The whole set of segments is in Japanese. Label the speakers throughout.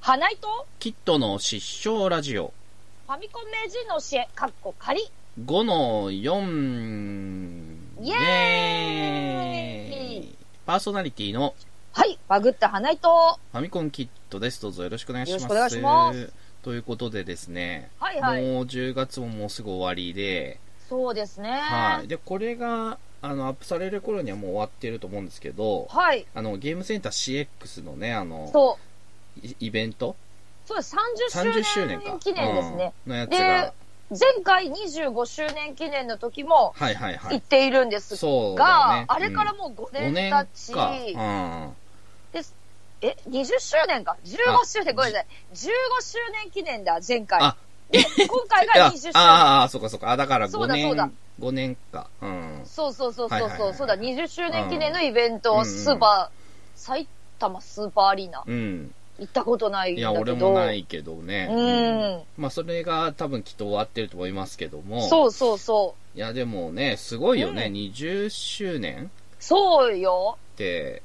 Speaker 1: 花糸
Speaker 2: キットの失笑ラジオ
Speaker 1: ファミコン名人の教え、かっこ仮。
Speaker 2: 5の4
Speaker 1: イエーイ
Speaker 2: イエーイパーソナリティの
Speaker 1: はい、バグった花糸。は
Speaker 2: ファミコンキットです。どうぞよろしくお願いします。
Speaker 1: よろしくお願いします
Speaker 2: ということでですね、
Speaker 1: いはい。
Speaker 2: もう10月ももうすぐ終わりで、
Speaker 1: そうですね。
Speaker 2: は。
Speaker 1: はいい。
Speaker 2: で、これが、あの、アップされる頃にはもう終わってると思うんですけど、あの、ゲームセンター CX のね、あの、
Speaker 1: そう。
Speaker 2: イイベント
Speaker 1: そうです。
Speaker 2: 30
Speaker 1: 30
Speaker 2: 周
Speaker 1: 周
Speaker 2: 年か
Speaker 1: 年。記念ですね。
Speaker 2: うんのやつ
Speaker 1: で
Speaker 2: が。、
Speaker 1: 前回25周年記念の時も
Speaker 2: はいはいは
Speaker 1: 行っ
Speaker 2: い。
Speaker 1: ているんですが、
Speaker 2: そうだ、ね。
Speaker 1: あれから
Speaker 2: も
Speaker 1: もう5
Speaker 2: 5
Speaker 1: 年
Speaker 2: 年
Speaker 1: 経ち、
Speaker 2: か。うん。
Speaker 1: え、20周年か ?15 周年、ごめんなさい。15周年記念だ、前回。
Speaker 2: あ
Speaker 1: で、今回
Speaker 2: いや
Speaker 1: が20周年。
Speaker 2: ああ、そうかそうか。あ、だから
Speaker 1: そ
Speaker 2: 5
Speaker 1: うだそうだ
Speaker 2: 年、5年か。うん。
Speaker 1: そうそうそうそう
Speaker 2: はいはいはい
Speaker 1: そ
Speaker 2: は
Speaker 1: う、
Speaker 2: い
Speaker 1: そうだ、20周年記念のイベント、
Speaker 2: うん
Speaker 1: スーパー、埼玉スーパーアリーナ、
Speaker 2: うん。
Speaker 1: 行ったことないん
Speaker 2: い
Speaker 1: だけど。
Speaker 2: や、俺もないけどね。
Speaker 1: うん。
Speaker 2: まあ、それが多分きっと終わってると思いますけども。
Speaker 1: そうそうそう。
Speaker 2: いや、でもね、すごいよね。
Speaker 1: うん
Speaker 2: 20周年
Speaker 1: そうよ。
Speaker 2: って、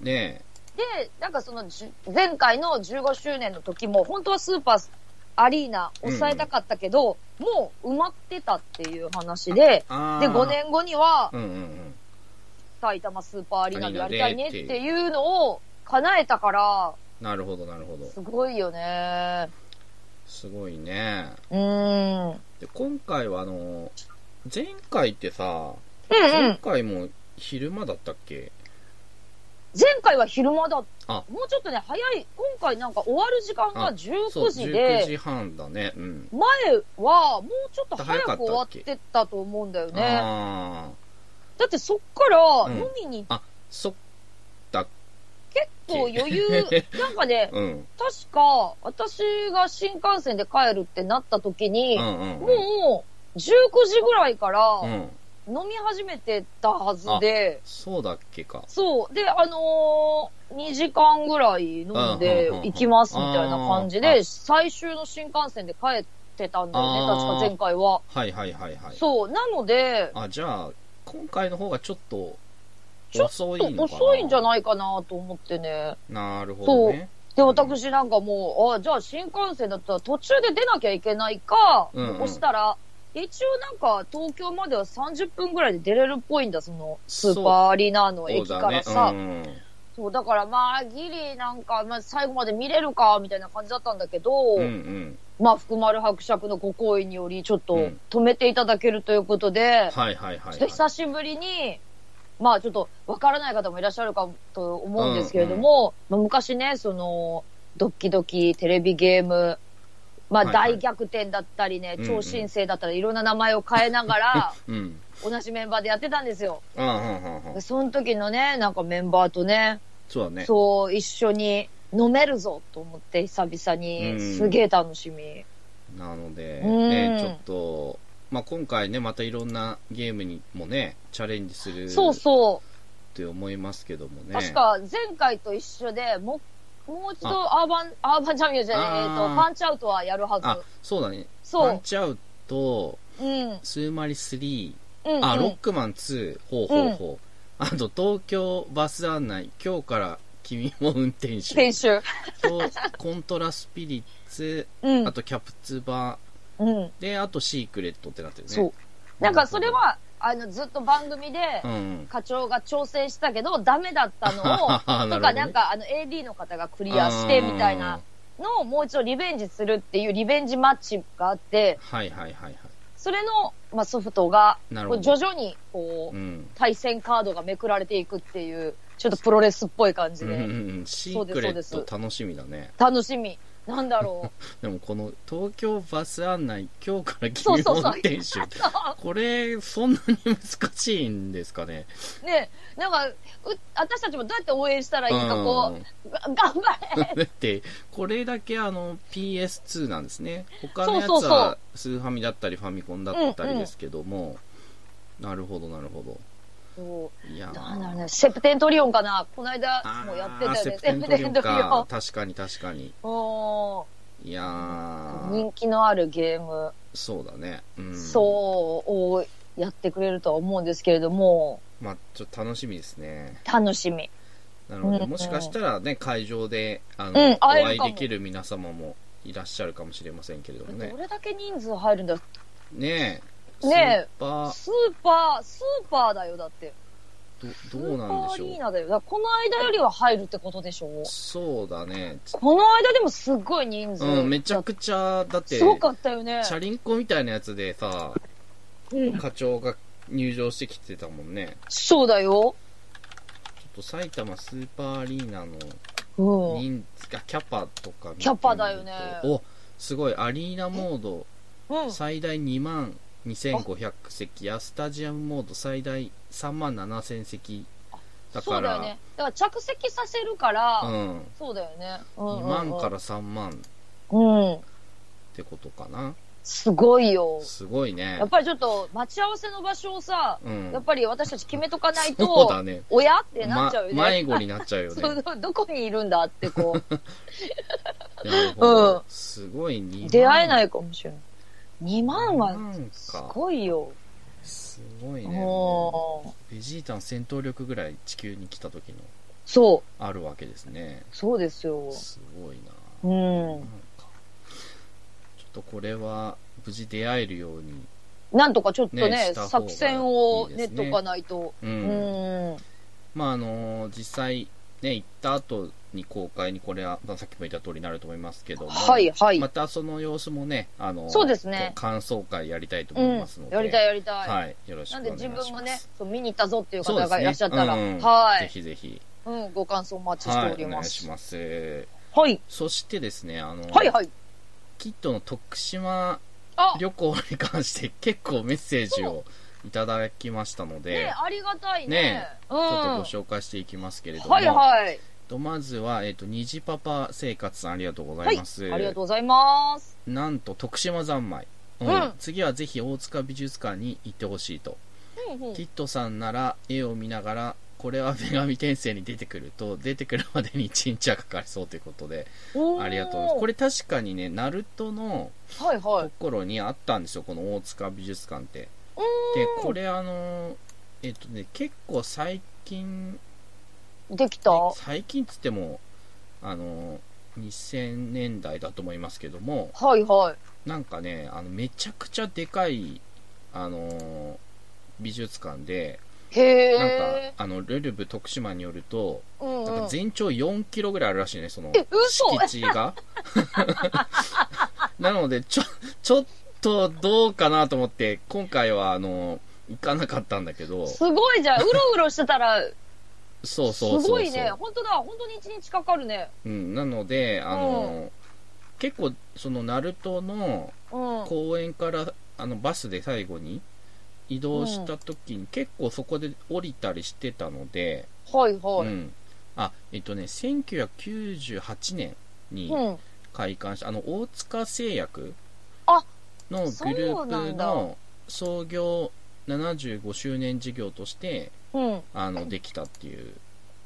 Speaker 2: ね
Speaker 1: で、なんかそのじゅ、前回の15周年の時も、本当はスーパーアリーナ抑えたかったけど、もう埋まってたっていう話で、
Speaker 2: あ
Speaker 1: で、
Speaker 2: ー
Speaker 1: 5。年後には
Speaker 2: う、んうんうん。
Speaker 1: 埼玉スーパーアリーナでやりたいねっていうのを叶えたから、
Speaker 2: なるほど、なるほど。
Speaker 1: すごいよね。
Speaker 2: すごいね。
Speaker 1: うーん。うん
Speaker 2: で、今回はあの、前回ってさ、
Speaker 1: う
Speaker 2: 前
Speaker 1: ん。
Speaker 2: 回も昼間だったっけ
Speaker 1: 前回は昼間だ
Speaker 2: あ
Speaker 1: もうちょっとね、早い。今回なんか終わる時間
Speaker 2: あ
Speaker 1: が
Speaker 2: そう、
Speaker 1: 19時
Speaker 2: 19
Speaker 1: で、
Speaker 2: 時半だね。うん。
Speaker 1: 前はもうちょっと早
Speaker 2: 早か
Speaker 1: く
Speaker 2: ったっけ
Speaker 1: 終わってたと思うんだよね。
Speaker 2: ああ。
Speaker 1: だってそっから
Speaker 2: うん
Speaker 1: 飲みに
Speaker 2: そっ、
Speaker 1: 結構余 裕、なんかね、
Speaker 2: うん。
Speaker 1: 確か私が新幹線で帰るってなった時に
Speaker 2: う、んうんうん。
Speaker 1: もう19時ぐらいから
Speaker 2: うん。
Speaker 1: 飲み始めてたはずで、
Speaker 2: そうだっけか。
Speaker 1: そう。で、あのー、2時間ぐらい飲んで
Speaker 2: うんうんうんうん
Speaker 1: 行きますみたいな感じ
Speaker 2: あ
Speaker 1: で、最終の新幹線で帰ってたんだよね、
Speaker 2: あー
Speaker 1: 確か前回は。
Speaker 2: はいはいはいはい。
Speaker 1: そう。なので、
Speaker 2: あ、じゃあ、今回の方がちょっと、
Speaker 1: ちょっ
Speaker 2: 遅いのかな
Speaker 1: 遅いんじゃないかなと思ってね。
Speaker 2: なるほどね。
Speaker 1: で、私なんかもう、あじゃあ新幹線だったら途中で出なきゃいけないか、
Speaker 2: うんうん
Speaker 1: 押したら、で一応なんか東京までは30分ぐらいで出れるっぽいんだ、そのスーパーアリーナの
Speaker 2: そう
Speaker 1: 駅
Speaker 2: だ
Speaker 1: から
Speaker 2: ね。
Speaker 1: さ。
Speaker 2: うん。
Speaker 1: そう、だからまあ、ギリなんか、まあ、最後まで見れるか、みたいな感じだったんだけど、
Speaker 2: うんうん。
Speaker 1: まあ、福丸伯爵のご好意により、ちょっ
Speaker 2: う
Speaker 1: と
Speaker 2: ん
Speaker 1: 止めていただけるということで、
Speaker 2: はいはいはいはい。
Speaker 1: ちょっと久しぶりに、まあ、ちょっとわからない方もいらっしゃるかと思うんですけれども、まあ昔ね、その、ドッキドキテレビゲーム、まあ、
Speaker 2: はいはい
Speaker 1: 大逆転だったりね
Speaker 2: うんう、ん
Speaker 1: 超新星だったり、いろんな名前を変えなが ら、
Speaker 2: うん。
Speaker 1: 同じメンバーでやってたんですよ。
Speaker 2: うんうんうんうん。
Speaker 1: その時のね、なんかメンバーとね、
Speaker 2: そうだね。
Speaker 1: そう、一緒に飲めるぞと思って、久々
Speaker 2: う
Speaker 1: に。
Speaker 2: ん
Speaker 1: すげえ楽しみ。
Speaker 2: なので、
Speaker 1: うん
Speaker 2: ね、ちょっと、まあ、今回ね、またいろんなゲームにもね、チャレンジする
Speaker 1: そう
Speaker 2: っ
Speaker 1: そ
Speaker 2: て思いますけども
Speaker 1: う。
Speaker 2: ね。
Speaker 1: 確か、前回と一緒で、もう、もう一度アーバン、アーバンチャンピオンじゃない、えっ、
Speaker 2: あー
Speaker 1: と、パンチアウトはやるは
Speaker 2: あ
Speaker 1: ず。、
Speaker 2: そうだね。
Speaker 1: そ
Speaker 2: パン
Speaker 1: う。
Speaker 2: チアウト、
Speaker 1: うん。うん、
Speaker 2: スーマリ3、
Speaker 1: うん。
Speaker 2: あ、ロックマン2、ほうほうほう。あと、東京バス案内、今日から君も運転手。
Speaker 1: 先週。
Speaker 2: と、コントラスピリッツ、
Speaker 1: うん
Speaker 2: あ。とキャプツバ
Speaker 1: うん。
Speaker 2: で、あとシークレットってなってるね。
Speaker 1: そう。なんか、それは、あの、ずっと番組で、
Speaker 2: うんうん。
Speaker 1: 課長が挑戦したけど、ダメだったのを、と
Speaker 2: なるほど
Speaker 1: か、
Speaker 2: ね
Speaker 1: なんか、あの、AD の方がクリアして、みたいなのをもう一度リベンジするっていうリベンジマッチがあって、
Speaker 2: うんはいはいはいはい。
Speaker 1: それの、まあ、ソフトが、
Speaker 2: なる
Speaker 1: こ
Speaker 2: ほ
Speaker 1: う
Speaker 2: ど。
Speaker 1: 徐々にこう、
Speaker 2: うん。
Speaker 1: 対戦カードがめくられていくっていう、ちょっとプロレスっぽい感じ
Speaker 2: うんうん
Speaker 1: で、
Speaker 2: うん、シ
Speaker 1: そう
Speaker 2: ー
Speaker 1: です
Speaker 2: クレ
Speaker 1: そう
Speaker 2: ッ
Speaker 1: で
Speaker 2: ト楽しみだね。
Speaker 1: 楽しみ。なんだろ
Speaker 2: でもこの東京バス案内、今日から
Speaker 1: そう
Speaker 2: 君
Speaker 1: そ
Speaker 2: も
Speaker 1: う
Speaker 2: 運
Speaker 1: そう
Speaker 2: 転手。これ、そんなに難しいんですかね。
Speaker 1: う。ねなんか、う私たちもどうやって応援したらいいか、
Speaker 2: うん
Speaker 1: こ
Speaker 2: う
Speaker 1: う、
Speaker 2: ん
Speaker 1: が頑張れ
Speaker 2: だって、これだけあの PS2 なんですね。他のやつ
Speaker 1: そうそうそう
Speaker 2: はスーファミだったりファミコンだったりですけども。なるほど、なるほど。
Speaker 1: そ
Speaker 2: いや
Speaker 1: う
Speaker 2: ー
Speaker 1: なんだろうね、セプテントリオンかなこの間
Speaker 2: あー
Speaker 1: もやってたよね、
Speaker 2: セプテントリオン
Speaker 1: セプテン
Speaker 2: か
Speaker 1: ト。
Speaker 2: 確かに確かに。
Speaker 1: リオンお
Speaker 2: いや
Speaker 1: ー
Speaker 2: ー、
Speaker 1: 人気のあるゲーム、
Speaker 2: そうだね。うん。
Speaker 1: そう、をやってくれるとは思うんですけれども、
Speaker 2: まあ、ちょっと楽しみですね。
Speaker 1: 楽しみ。
Speaker 2: なので、もしかしたらね、会場で、あの、
Speaker 1: うん
Speaker 2: お
Speaker 1: 会え
Speaker 2: 会
Speaker 1: る
Speaker 2: い
Speaker 1: かも
Speaker 2: できる皆様もいらっしゃるかもしれませんけれどもね
Speaker 1: ど。れだけ人数入るんだ
Speaker 2: ねえ。
Speaker 1: ねえ
Speaker 2: スーパー
Speaker 1: スーパー、スーパーだよ、だって。
Speaker 2: ど、どうなん
Speaker 1: スー
Speaker 2: で
Speaker 1: パーアリー
Speaker 2: しょう。
Speaker 1: ナだよ。だからこの間よりは入るってことでしょ
Speaker 2: そうだね。
Speaker 1: この間でもすっごい人数。
Speaker 2: うん、めちゃくちゃ、だって、
Speaker 1: すごかったよね。
Speaker 2: チャリンコみたいなやつでさ、
Speaker 1: うん、
Speaker 2: 課長が入場してきてたもんね。
Speaker 1: そうだよ。
Speaker 2: ちょっと埼玉スーパーアリーナの
Speaker 1: うん。
Speaker 2: 人数がキャパとか見てみると
Speaker 1: キャパだよね
Speaker 2: お、すごい、アリーナモード。
Speaker 1: うん。
Speaker 2: 最大2万2500席やスタジアムモード最大3万7000席だ
Speaker 1: そ
Speaker 2: か
Speaker 1: うだよ
Speaker 2: ら
Speaker 1: ね。だから着席させるから、
Speaker 2: うん、
Speaker 1: そうだよね。うんうんうん
Speaker 2: 2万から3万っ
Speaker 1: うん。
Speaker 2: てことかな
Speaker 1: すごいよ。
Speaker 2: すごいね
Speaker 1: やっぱりちょっと待ち合わせの場所をさ、
Speaker 2: うん
Speaker 1: やっぱり私たち決めとかない
Speaker 2: そうだ
Speaker 1: と、
Speaker 2: ね
Speaker 1: おやってなっちゃうよね。
Speaker 2: ま迷子になっちゃうよね
Speaker 1: そうどど こにいるんだってこう、
Speaker 2: なるほど
Speaker 1: うん
Speaker 2: すごい2万
Speaker 1: 出会えないいかもしれない。2万はす
Speaker 2: か
Speaker 1: ごいよ。
Speaker 2: すごいね
Speaker 1: うん
Speaker 2: ベジータの戦闘力ぐらい地球に来た時の
Speaker 1: そう、
Speaker 2: あるわけですね
Speaker 1: そうですよ。
Speaker 2: すごいな
Speaker 1: うん。
Speaker 2: なんかちょっとこれは無事出会えるように、
Speaker 1: なんとかちょっとね、
Speaker 2: ねした方が
Speaker 1: 作戦を
Speaker 2: いいで
Speaker 1: 練っ
Speaker 2: すね
Speaker 1: とかないと。
Speaker 2: う
Speaker 1: うんん。
Speaker 2: まああの実際、ね、行った後に公開にこれはまあさっきも言った通りになると思いますけども、
Speaker 1: はい、はい。
Speaker 2: またその様子もねあの
Speaker 1: そうですね
Speaker 2: こう感想会やりたいと
Speaker 1: う
Speaker 2: 思い
Speaker 1: ん
Speaker 2: ますの。で、
Speaker 1: やりたい、やりたい。
Speaker 2: はい、よろしく
Speaker 1: な
Speaker 2: お
Speaker 1: ん
Speaker 2: 願
Speaker 1: で
Speaker 2: いし
Speaker 1: 自
Speaker 2: ます
Speaker 1: 分もね、そう見に行ったぞっていう
Speaker 2: そうで
Speaker 1: 方
Speaker 2: すね
Speaker 1: がいらっしゃったら、
Speaker 2: うんうん
Speaker 1: は
Speaker 2: ぜ
Speaker 1: い、
Speaker 2: ひぜひ、
Speaker 1: うん、ご感想お待ちして
Speaker 2: は
Speaker 1: お
Speaker 2: い、
Speaker 1: り
Speaker 2: お願
Speaker 1: ま
Speaker 2: いし
Speaker 1: す。
Speaker 2: ます
Speaker 1: はい、
Speaker 2: そしてですねあの、
Speaker 1: はい、はい。
Speaker 2: キットの徳島
Speaker 1: あ、
Speaker 2: 旅行に関して結構メッセージをいただきましたので、
Speaker 1: ね、ありがたいね。
Speaker 2: ね
Speaker 1: うん。
Speaker 2: ちょっとご紹介していきますけれども、
Speaker 1: はい、はい。
Speaker 2: とまずは、えっ、と、虹パパ生活さんありがとうございます。
Speaker 1: ありがとうございます。
Speaker 2: なんと、徳島三昧。うん
Speaker 1: うん
Speaker 2: 次はぜひ大塚美術館に行ってほしいと、
Speaker 1: うんうん
Speaker 2: キットさんなら絵を見ながらこれは女神転生に出てくると出てくるまでに1日はかかりそうということで
Speaker 1: おー
Speaker 2: ありがとうございますこれ確かにねナルトの
Speaker 1: はい、はい
Speaker 2: と。ころにあったんですよこの大塚美術館って
Speaker 1: う
Speaker 2: で
Speaker 1: ーん
Speaker 2: これあのえっとね結構最近
Speaker 1: できたは
Speaker 2: 最近っつってもあの2000年代だと思いますけども
Speaker 1: い、はい。
Speaker 2: なんかねあのめちゃくちゃでかいあの美術館で
Speaker 1: へ
Speaker 2: なんか、
Speaker 1: え。
Speaker 2: あのルルブ徳島によると
Speaker 1: うん
Speaker 2: なん
Speaker 1: うん
Speaker 2: か全長4キロぐらいあるらしいねその
Speaker 1: え嘘
Speaker 2: 敷地が なのでちょちょっとどうかなと思って今回はあの行かなかったんだけど
Speaker 1: すごいじ ゃん。うろうろしてたら、
Speaker 2: そう
Speaker 1: す
Speaker 2: そうそうそう
Speaker 1: ごいね。本当だ。本当に一日かかるね。
Speaker 2: うん、なので、あの、結構、その、ナルトの
Speaker 1: うん。
Speaker 2: 公園から、あの、バスで最後に移動した時に、結構そこで降りたりしてたので、
Speaker 1: はい、は
Speaker 2: う
Speaker 1: い。
Speaker 2: ん。あ、えっとね、1998年に
Speaker 1: うん。
Speaker 2: 開館した、あの、大塚製薬
Speaker 1: あ
Speaker 2: のグル
Speaker 1: そうな
Speaker 2: ープ
Speaker 1: んだ
Speaker 2: の創業75周年事業として、
Speaker 1: うん。う
Speaker 2: あの、できたっていう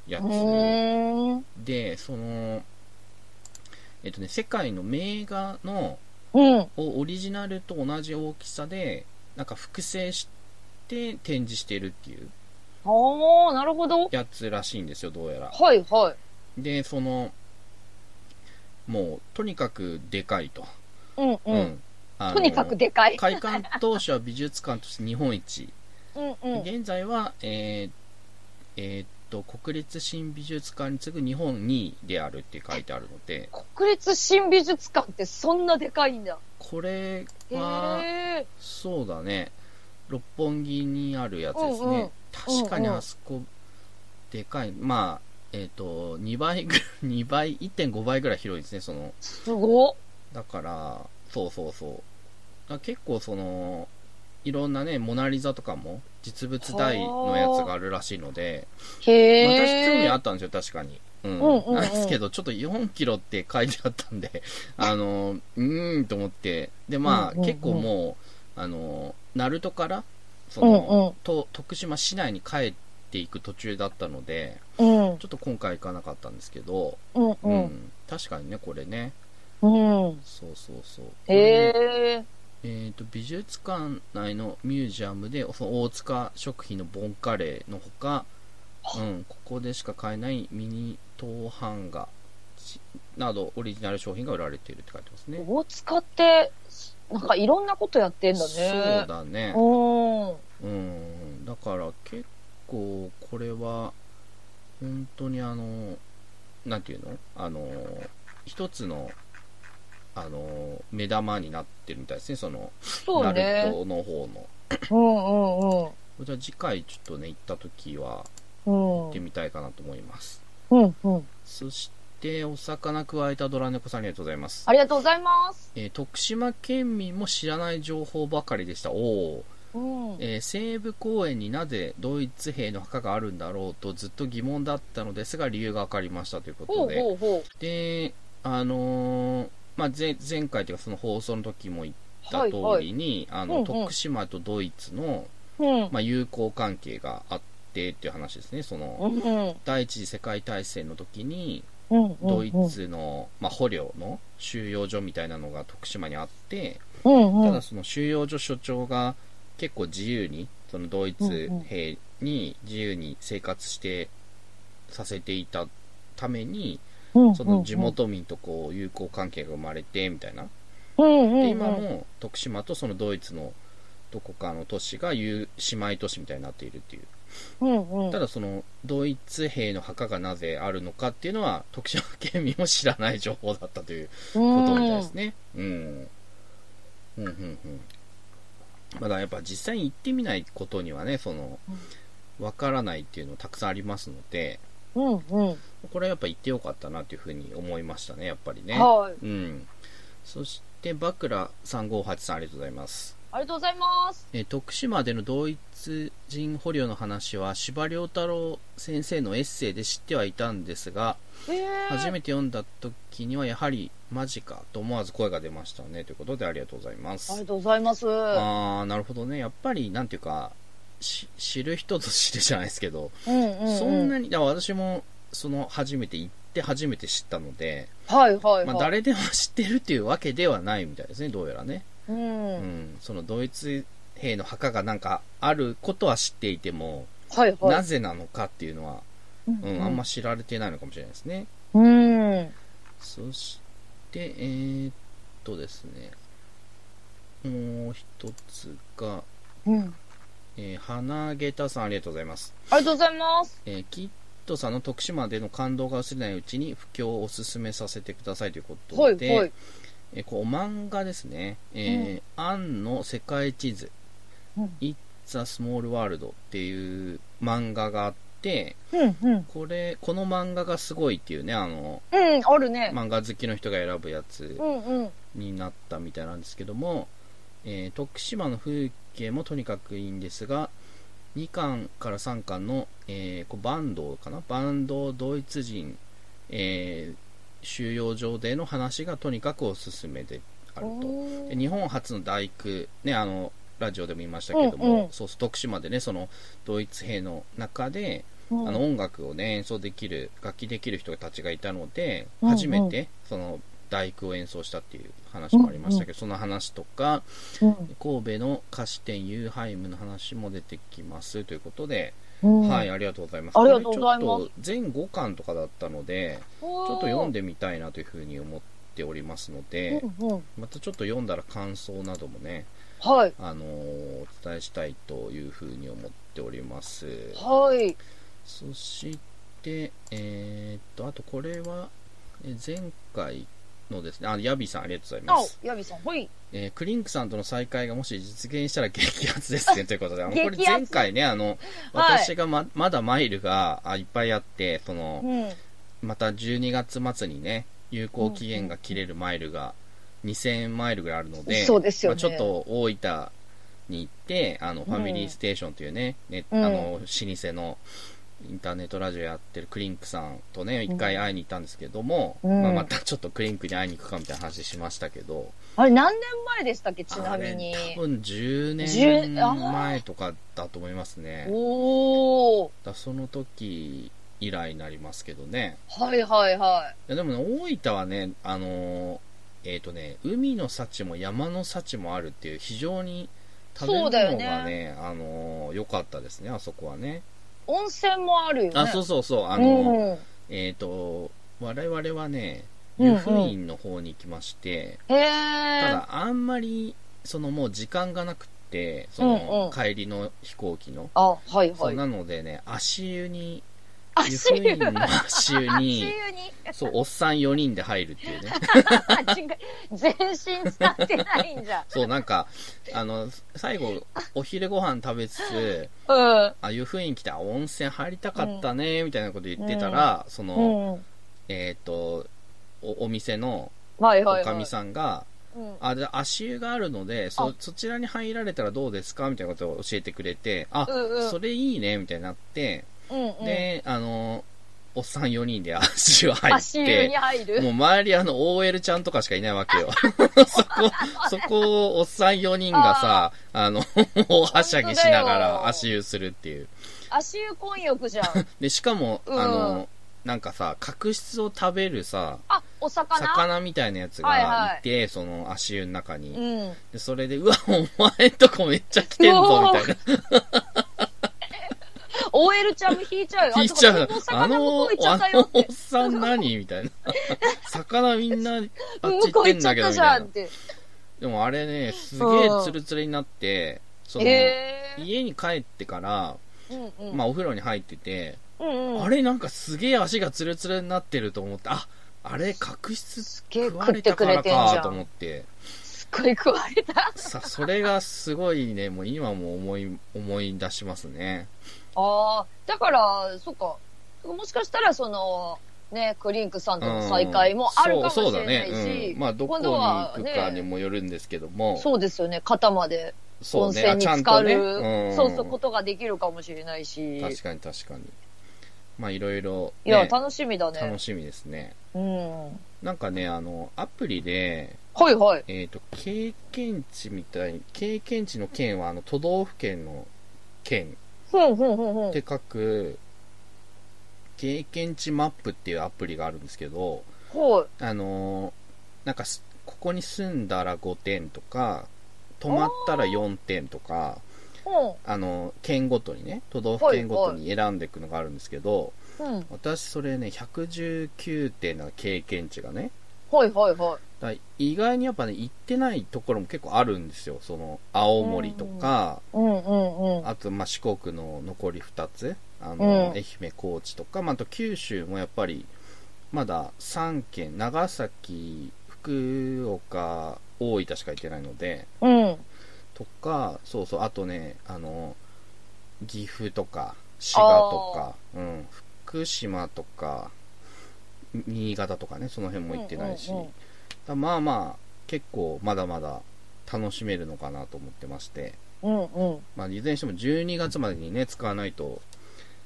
Speaker 2: やつ
Speaker 1: ーん。
Speaker 2: で、その、えっとね、世界の名画の
Speaker 1: うん。
Speaker 2: をオリジナルと同じ大きさで、なんか複製して展示してるっていう
Speaker 1: ああ、なるほど。
Speaker 2: やつらしいんですよ、どうやら。
Speaker 1: はいはい。
Speaker 2: で、その、もう、とにかくでかいと。
Speaker 1: うん
Speaker 2: う
Speaker 1: うん。
Speaker 2: あの
Speaker 1: とにかくでかい。
Speaker 2: 開館当初は美術館として日本一。
Speaker 1: うんうん。
Speaker 2: 現在は、えーえーっと、国立新美術館に次ぐ日本2位であるって書いてあるので、
Speaker 1: 国立新美術館ってそんなでかいんだ。
Speaker 2: これ
Speaker 1: へ
Speaker 2: は、
Speaker 1: え。
Speaker 2: そうだね六本木にあるやつです
Speaker 1: う
Speaker 2: ね、
Speaker 1: んうん
Speaker 2: 確かに
Speaker 1: うんうん
Speaker 2: あそこでかいまあえっ、と2倍ぐらい2倍1.5倍ぐらい広いですねその
Speaker 1: すごっ。
Speaker 2: だからそうそうそうだから結構そのいろんなねモナ・リザとかも実物大のやつがあるらしいので、
Speaker 1: へ
Speaker 2: まあ
Speaker 1: え。
Speaker 2: 私興味あったんですよ確かにうん
Speaker 1: うんうんうん
Speaker 2: なんですけどちょっと4キロって書いてあったんで あのうーんと思ってで
Speaker 1: う
Speaker 2: まあ、
Speaker 1: んうんうん
Speaker 2: 結構もうあの鳴門からその、
Speaker 1: うんうん
Speaker 2: と徳島市内に帰っていく途中だったので
Speaker 1: うん
Speaker 2: ちょっと今回行かなかったんですけど、
Speaker 1: うん
Speaker 2: う
Speaker 1: うんん
Speaker 2: 確かにねこれね
Speaker 1: うん。
Speaker 2: そうそうそう
Speaker 1: へえ。
Speaker 2: えー、と美術館内のミュージアムでその大塚食品のボンカレーのほかうん、ここでしか買えないミニ等版画しなどオリジナル商品が売られているって書いてますね。
Speaker 1: 大塚って、なんかいろんなことやってんだね。
Speaker 2: そうだね。
Speaker 1: うん。
Speaker 2: うん。だから結構これは、本当にあの、なんていうのあの、一つの、あの、目玉になってるみたいですね、その、
Speaker 1: そう
Speaker 2: ナル
Speaker 1: ね。
Speaker 2: トの方の。
Speaker 1: うんうん
Speaker 2: じゃあ次回ちょっとね、行った時は
Speaker 1: うん。
Speaker 2: 行っ
Speaker 1: う
Speaker 2: て
Speaker 1: ん。
Speaker 2: みたいかなと思います。
Speaker 1: うんうん。
Speaker 2: そして、お魚くわえたドラ猫さんありがとうございます。
Speaker 1: ありがとうございます。
Speaker 2: えー徳島県民も知らない情報ばかりでした。おー
Speaker 1: うん。
Speaker 2: えー西部公園になぜドイツ兵の墓があるんだろうとずっと疑問だったのですが理由が分かりましたというこ
Speaker 1: ほ
Speaker 2: と
Speaker 1: う
Speaker 2: で
Speaker 1: ほうほ
Speaker 2: で、あのーまあ、前前回というかその放送の時も言っ
Speaker 1: う。
Speaker 2: た
Speaker 1: はい
Speaker 2: 通
Speaker 1: はい。
Speaker 2: りに、あの
Speaker 1: うんうん
Speaker 2: 徳島とドイツの、
Speaker 1: うん。
Speaker 2: まあ、友好関係があってっていう話ですねその
Speaker 1: うんうん
Speaker 2: 第一次世界大戦の時に
Speaker 1: うんうん。
Speaker 2: ドイツの、まあ、捕虜の収容所みたいなのが徳島にあって、
Speaker 1: うんう
Speaker 2: た
Speaker 1: ん
Speaker 2: だ。その収容所所長が結構自由にそのドイツ兵に自由に生活してさせていたために
Speaker 1: うん
Speaker 2: その地。元民とこう友好関係が生まれてみたいな
Speaker 1: うんうんうん。
Speaker 2: で今も徳島とそのドイツのどこかの都市が友姉妹都市みたいになっているっていう
Speaker 1: うんうん。
Speaker 2: ただそのドイツ兵の墓がなぜあるのかっていうのは徳島県民も知らない情報だったということみたいですね。うん。うん、うん、うん。まだやっぱ実際に行ってみないことにはね、その
Speaker 1: うん、
Speaker 2: わからないっていうのたくさんありますので、
Speaker 1: うんうん。
Speaker 2: これはやっぱ行ってよかったなというふうに思いましたね、やっぱりね。
Speaker 1: はい。
Speaker 2: うん。そして、バクラ358さんありがとうございます。
Speaker 1: ありがとうございます。
Speaker 2: えー徳島でのドイツ人捕虜の話は司馬遼太郎先生のエッセイで知ってはいたんですが、
Speaker 1: ええ。
Speaker 2: 初めて読んだ時にはやはりマジかと思わず声が出ましたねということでありがとうございま
Speaker 1: あり
Speaker 2: す
Speaker 1: がとうございます。う
Speaker 2: ああなるほどねやっぱりなんていうかし知る人ぞ知るじゃないですけど、
Speaker 1: んうん。
Speaker 2: そんな
Speaker 1: に。
Speaker 2: にだから私もその初めて行って初めて知ったので、
Speaker 1: はいはい
Speaker 2: ま
Speaker 1: は
Speaker 2: あ、
Speaker 1: い。
Speaker 2: 誰でも知ってるっていうわけではないみたいですねどうやらね、
Speaker 1: う
Speaker 2: うん
Speaker 1: ん。
Speaker 2: そのドイツ兵の墓がなんかあることは知っていても、
Speaker 1: はいはい。
Speaker 2: なぜなのかっていうのは、
Speaker 1: う
Speaker 2: うん、あんま。知られてないのかもしれないですね
Speaker 1: うん。
Speaker 2: そして、えーっとですね、もう一つが、
Speaker 1: うん。
Speaker 2: えー、花げたさんありがとうございます。
Speaker 1: ありがとうございます。
Speaker 2: えーキッドさんの徳島での感動が薄れないうちに、布教をおすすめさせてくださいということ
Speaker 1: はい
Speaker 2: で、
Speaker 1: はい。
Speaker 2: えーこう漫画ですね、えーアンの世界地図、
Speaker 1: うん
Speaker 2: イッツ・ア・スモール・ワールドっていう漫画があって、
Speaker 1: うんうん。
Speaker 2: これ、この漫画がすごいっていうね、あの、
Speaker 1: うん、あるね。
Speaker 2: 漫画好きの人が選ぶやつ
Speaker 1: うんうん。
Speaker 2: になったみたいなんですけども、えー徳島の風景もとにかくいいんですが2巻から3巻の、えーこうバンドかなバンドドイツ人、えー収容所での話がとにかくおすすめであるとで日本初の大工ねあのラジオでも言いましたけども、
Speaker 1: うんうん
Speaker 2: そうそう徳島でねそのドイツ兵の中で、
Speaker 1: うん
Speaker 2: あの音楽をね演奏できる楽器できる人たちがいたので
Speaker 1: うんうん
Speaker 2: 初めてその大工を演奏したっていう話もありましたけど、その話とか
Speaker 1: うん
Speaker 2: 神戸の菓子店ユーハイムの話も出てきますということで、
Speaker 1: うん
Speaker 2: はいありがとうございます
Speaker 1: ありがとうございます
Speaker 2: これちょっと全5巻とかだったので
Speaker 1: ち
Speaker 2: ちょっと読ん
Speaker 1: で。
Speaker 2: でみたいなというふうに思っておりますので、
Speaker 1: うんうん。
Speaker 2: またちょっと読んだら感想などもね、
Speaker 1: はい。
Speaker 2: あのーお伝えしたいというふうに思っております。
Speaker 1: はい。
Speaker 2: そして、えーっと、あとこれは、え前回のですね、あ、ヤビさんありがとうござい
Speaker 1: な
Speaker 2: ま
Speaker 1: お
Speaker 2: す。、
Speaker 1: ヤビさん、ほい。
Speaker 2: えークリンクさんとの再会がもし実現したら激アツですね、ということで、あの、
Speaker 1: 激
Speaker 2: こ
Speaker 1: アツ
Speaker 2: れ前回ね、あの、
Speaker 1: はい
Speaker 2: 私がま、まだマイルがあいっぱいあって、その、
Speaker 1: うん。
Speaker 2: また12月末にね、有効期限が切れるマイルが2000マイルぐらいあるので、
Speaker 1: そうですよね
Speaker 2: まあちょっと大分に行って、あの、ファミリーステーションというね、ね
Speaker 1: うん
Speaker 2: あの、老舗のインターネットラジオやってるクリンクさんとね、一回会いに行ったんですけども、
Speaker 1: うん
Speaker 2: まあ、またちょっとクリンクに会いに行くかみたいな話しましたけど、
Speaker 1: あれ、何年前でしたっけ、ちなみに
Speaker 2: あ。れ多分10年
Speaker 1: 10あー
Speaker 2: 前とかだと思いますね。だか
Speaker 1: おー。
Speaker 2: らその時以来になりますけどね。
Speaker 1: はいはいはい
Speaker 2: やでもね、大分はね、あのーえっ、とね、海の幸も山の幸もあるっていう、非常に食べ
Speaker 1: そ
Speaker 2: 物
Speaker 1: うだ
Speaker 2: が
Speaker 1: よ
Speaker 2: ね、
Speaker 1: ね
Speaker 2: あのー良かったですね、あそこはね。
Speaker 1: い。温泉もあるよね。
Speaker 2: あ、そう
Speaker 1: う
Speaker 2: そうそう、あ
Speaker 1: あ
Speaker 2: の、
Speaker 1: うん、
Speaker 2: えっ、と、我々は
Speaker 1: うんう
Speaker 2: ね、
Speaker 1: ん
Speaker 2: 湯布院の方に行きまして、
Speaker 1: へ
Speaker 2: た
Speaker 1: え。
Speaker 2: だ、あんまり、そのもう時間がなくって、そ
Speaker 1: うんう
Speaker 2: の
Speaker 1: ん
Speaker 2: 帰りの飛行機の。
Speaker 1: あ、はい
Speaker 2: そ
Speaker 1: は
Speaker 2: う
Speaker 1: い。
Speaker 2: なのでね、足湯に、湯
Speaker 1: 足
Speaker 2: 布
Speaker 1: 湯
Speaker 2: 院の足湯
Speaker 1: 足
Speaker 2: に、
Speaker 1: 湯に。
Speaker 2: そう、おっさん4人で入るっていうね。
Speaker 1: あ、違う。全身使ってないんじゃ。
Speaker 2: そう、なんか、あの、最後、お昼ご飯食べつつ、
Speaker 1: うん。
Speaker 2: あ、湯布院来て、あ温泉入りたかったね、みたいなこと言ってたら、そ
Speaker 1: う
Speaker 2: の、
Speaker 1: ん。
Speaker 2: えっ、と、おお店の
Speaker 1: はいはいはい。
Speaker 2: おかみさんが、
Speaker 1: うん。
Speaker 2: あ、じゃあ足湯があるので、そ
Speaker 1: あ、
Speaker 2: そちらに入られたらどうですかみたいなことを教えてくれて、あ、
Speaker 1: うんうん
Speaker 2: それいいね、みたいになって、
Speaker 1: うんうん、
Speaker 2: で、あの、おっさん4人で足湯入っ
Speaker 1: 足湯に
Speaker 2: て、
Speaker 1: 入る。
Speaker 2: もう周りあの OL ちゃんとかしかいないわ けよ。そこ、そこをおっさん4人がさ、あの、 もうはしゃぎしながら足湯するっていう。
Speaker 1: 足湯混浴じゃん。
Speaker 2: で、しかも、
Speaker 1: うん
Speaker 2: あの、なんかさ、角質を食べるさ、
Speaker 1: あ、お魚
Speaker 2: 魚みたいなやつ
Speaker 1: はい
Speaker 2: が
Speaker 1: はい
Speaker 2: いて、その足湯の中に。
Speaker 1: うん。
Speaker 2: で、それで、うわ、お前んとこめっちゃ来てん
Speaker 1: う
Speaker 2: ぞ、
Speaker 1: お
Speaker 2: み
Speaker 1: ー
Speaker 2: たいな。
Speaker 1: OL ちゃんも引いちゃうよ。
Speaker 2: 聞いちゃう。
Speaker 1: あ
Speaker 2: あ
Speaker 1: の、
Speaker 2: の、
Speaker 1: お魚向こう行っちゃっ
Speaker 2: あ
Speaker 1: たよ
Speaker 2: の
Speaker 1: っ。
Speaker 2: おってさん何みたいな。魚み んな、あっち
Speaker 1: 向
Speaker 2: 行
Speaker 1: こ
Speaker 2: っ
Speaker 1: う
Speaker 2: て
Speaker 1: 行
Speaker 2: ん
Speaker 1: っちゃ
Speaker 2: だ
Speaker 1: っ
Speaker 2: けど、
Speaker 1: た
Speaker 2: み
Speaker 1: じゃ
Speaker 2: た
Speaker 1: んっ
Speaker 2: いな。
Speaker 1: て。
Speaker 2: でもあれね、すげえツルツルになって、その、
Speaker 1: へえ。
Speaker 2: 家に帰ってから、
Speaker 1: うんうん。
Speaker 2: まあお風呂に入ってて、
Speaker 1: うんうん、
Speaker 2: あれなんかすげえ足がツルツルになってると思って、あ、あれ角質
Speaker 1: すっげえ
Speaker 2: 食わ
Speaker 1: 食
Speaker 2: れ
Speaker 1: って
Speaker 2: た
Speaker 1: く
Speaker 2: か
Speaker 1: れ
Speaker 2: ら
Speaker 1: てんじゃ
Speaker 2: か
Speaker 1: ん。
Speaker 2: と思って、
Speaker 1: すっごい食われた。
Speaker 2: さ、それがすごいね、もう今も思い、思い出しますね。
Speaker 1: ああ、だから、そっか。もしかしたら、その、ね、クリンクさんとの再会もあるかもし
Speaker 2: そう
Speaker 1: れないし、
Speaker 2: そうだね、うん、まあどこに
Speaker 1: 今度は
Speaker 2: 行くかに
Speaker 1: ね
Speaker 2: もよるんですけども、
Speaker 1: そうですよね、肩まで
Speaker 2: そ
Speaker 1: 温
Speaker 2: うね
Speaker 1: 泉に浸かる、
Speaker 2: あちゃんとねうん
Speaker 1: そうそう、ことができるかもしれないし、
Speaker 2: 確かに確かにまあいろいろ
Speaker 1: い
Speaker 2: ね、
Speaker 1: や、楽しみだね
Speaker 2: 楽。しみですね
Speaker 1: うん。は
Speaker 2: なんかねあのアプリで
Speaker 1: いはい。
Speaker 2: えっ、と経験値みたいに経験値の県はあの都道府県の県
Speaker 1: ふんふんふんふん
Speaker 2: っ。て書く経験値マップっていうアプリがあるんですけど
Speaker 1: はい。
Speaker 2: あのなんかすここに住んだら5点とか泊まったら4点とかあの、県ごとにね、都道府県ごとに選んでいくのがあるんですけど、
Speaker 1: うん。うん。
Speaker 2: 私それね、119点な経験値がね、
Speaker 1: はいはいはい。
Speaker 2: だから意外にやっぱね、行ってないところも結構あるんですよ。その、青森とか、
Speaker 1: うんうんうん。
Speaker 2: あと、まあ、四国の残り2つ、あの、
Speaker 1: うん
Speaker 2: 愛媛、高知とか、まあ、あと九州もやっぱり、まだ3県、長崎、福岡、大分しか行ってないので、
Speaker 1: うん。
Speaker 2: とか、そうそう、あとね、あの、岐阜とか、滋賀とか、うん、福島とか、に新潟とかね、その辺も行ってないし、
Speaker 1: うんうんうん
Speaker 2: だまあまあ、結構まだまだ楽しめるのかなと思ってまして、
Speaker 1: うんうん。
Speaker 2: まあ、いずれにしても12月までにね、使わないと、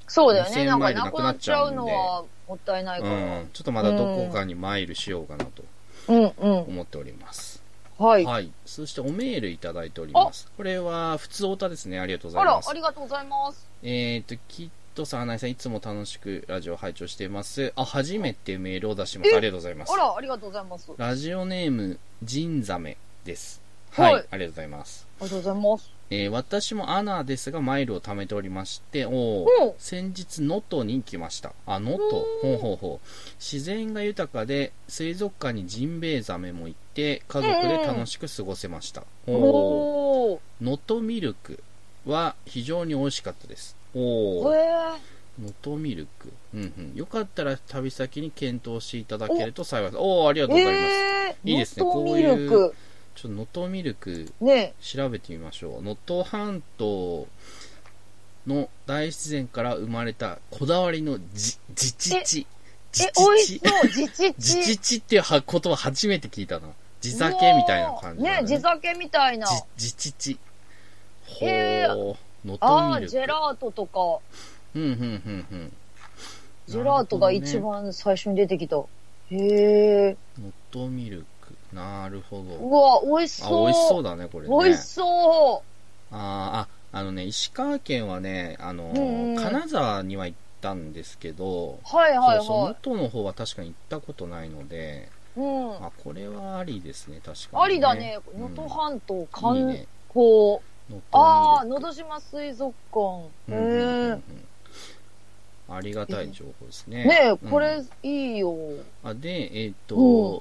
Speaker 1: そうだよね。な
Speaker 2: 2000
Speaker 1: んか
Speaker 2: 枚で
Speaker 1: な
Speaker 2: な
Speaker 1: く
Speaker 2: く
Speaker 1: な
Speaker 2: な
Speaker 1: っ
Speaker 2: っ
Speaker 1: ち
Speaker 2: ち
Speaker 1: ゃ
Speaker 2: ゃ
Speaker 1: う
Speaker 2: うんで
Speaker 1: のはもったいないうから。
Speaker 2: ん、ちょっとまだどこかにマイルしようかなと
Speaker 1: うんうん。
Speaker 2: 思っております。
Speaker 1: はい。
Speaker 2: はい。そしておメールいただいております。これは、普通オタですね。ありがとうござ
Speaker 1: あ
Speaker 2: いま
Speaker 1: ら、
Speaker 2: す
Speaker 1: あ。りがとうございます。
Speaker 2: えっ、と、きっとさ、花井さん、いつも楽しくラジオ拝聴しています。あ、初めてメールを出します。
Speaker 1: え
Speaker 2: ありがとうございます
Speaker 1: あ。ら、ありがとうございます。あ
Speaker 2: ラジオネーム、ジンザメです。はい、
Speaker 1: はい
Speaker 2: ありがとうございます。
Speaker 1: りがとうございます。
Speaker 2: えー私もアナですが、マイルを貯めておりまして、おー
Speaker 1: うん
Speaker 2: 先日、能登に来ました。あ、能登ほうほうほう。自然が豊かで、水族館にジンベエザメも行って、家族で楽しく過ごせました。おー
Speaker 1: おー。
Speaker 2: 能登ミルクは非常に美味しかったです。おー
Speaker 1: へえ。
Speaker 2: 能登ミルク、うんうん、よかったら旅先に検討していただけると幸いですおおありがとうございます、
Speaker 1: えー、
Speaker 2: いいですね
Speaker 1: ノット
Speaker 2: こう
Speaker 1: ミ
Speaker 2: いう
Speaker 1: ルク。
Speaker 2: ちょっと能登ミルク
Speaker 1: ね
Speaker 2: 調べてみましょう能登半島の大自然から生まれたこだわりのじじちち
Speaker 1: え、
Speaker 2: じ
Speaker 1: え美味
Speaker 2: ち
Speaker 1: し
Speaker 2: ち
Speaker 1: そう。じち
Speaker 2: じ
Speaker 1: ち
Speaker 2: ち。ちっていうは言葉初めて聞いたな地酒みたいな感じ
Speaker 1: ね
Speaker 2: だ
Speaker 1: ね地酒みたいな。
Speaker 2: じじちちほ
Speaker 1: えー
Speaker 2: う能
Speaker 1: ああ、
Speaker 2: 登ミル
Speaker 1: ジェ
Speaker 2: ク
Speaker 1: ラートとか。
Speaker 2: うんうんうんうん
Speaker 1: ジェラートが一番最初に出てきた。へえ。
Speaker 2: 能登ミルクなるほど
Speaker 1: うわ、美味し
Speaker 2: あ
Speaker 1: そう。
Speaker 2: 美味しそうだねこれね
Speaker 1: 美味しそう。
Speaker 2: あーああのね石川県はねあの、
Speaker 1: うんうん
Speaker 2: 金沢には行ったんですけど、
Speaker 1: はいはい
Speaker 2: そうそう
Speaker 1: は
Speaker 2: 元の方は確かに行ったことないので
Speaker 1: い。うん。
Speaker 2: あこれはありですね確かに、
Speaker 1: ありだね。能登
Speaker 2: 半
Speaker 1: 半島
Speaker 2: いい
Speaker 1: 観
Speaker 2: ね
Speaker 1: 光。
Speaker 2: 能登
Speaker 1: ああ、
Speaker 2: ミル
Speaker 1: のど島水族館。
Speaker 2: クうんうんうんう
Speaker 1: へ
Speaker 2: ん
Speaker 1: え。
Speaker 2: ありがたい情報ですね。
Speaker 1: ね
Speaker 2: う
Speaker 1: え、
Speaker 2: ん
Speaker 1: これいいよ。
Speaker 2: あで、えっ、と、
Speaker 1: うん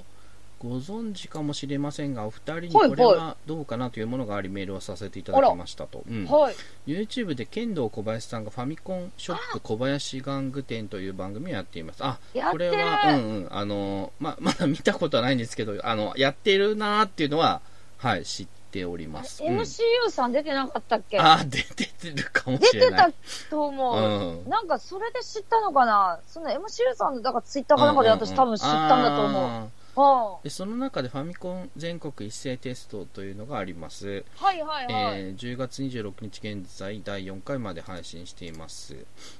Speaker 2: ご存知かもしれませんが、お二人に
Speaker 1: はい
Speaker 2: これ
Speaker 1: は
Speaker 2: はどうかなというものがありメールをさせていただきましたと。うん
Speaker 1: はい。
Speaker 2: YouTube で剣道小林さんがファミコンショップ小林玩具店という番組をやっています。あ、
Speaker 1: や
Speaker 2: こ
Speaker 1: って
Speaker 2: れ
Speaker 1: る
Speaker 2: は、うんうん、あの、ま、 まだ見たことはないんですけど、あの、やってるなーっていうのは、はい、知っております。うん
Speaker 1: MCU さん出てなかったっけ
Speaker 2: あ、出てるかも
Speaker 1: 出
Speaker 2: しれ
Speaker 1: て
Speaker 2: な
Speaker 1: た
Speaker 2: い。
Speaker 1: と思う。
Speaker 2: うん。
Speaker 1: なんかそれで知ったのかなその MCU さんの、だからツイッターかなんかで私多分知ったんだと
Speaker 2: うんうん
Speaker 1: 思
Speaker 2: うんあ
Speaker 1: う。
Speaker 2: ーでその中でファミコン全国一斉テストというのがあります、
Speaker 1: うん。はいはいはい。
Speaker 2: えー10月26日現在第4回まで配信しています、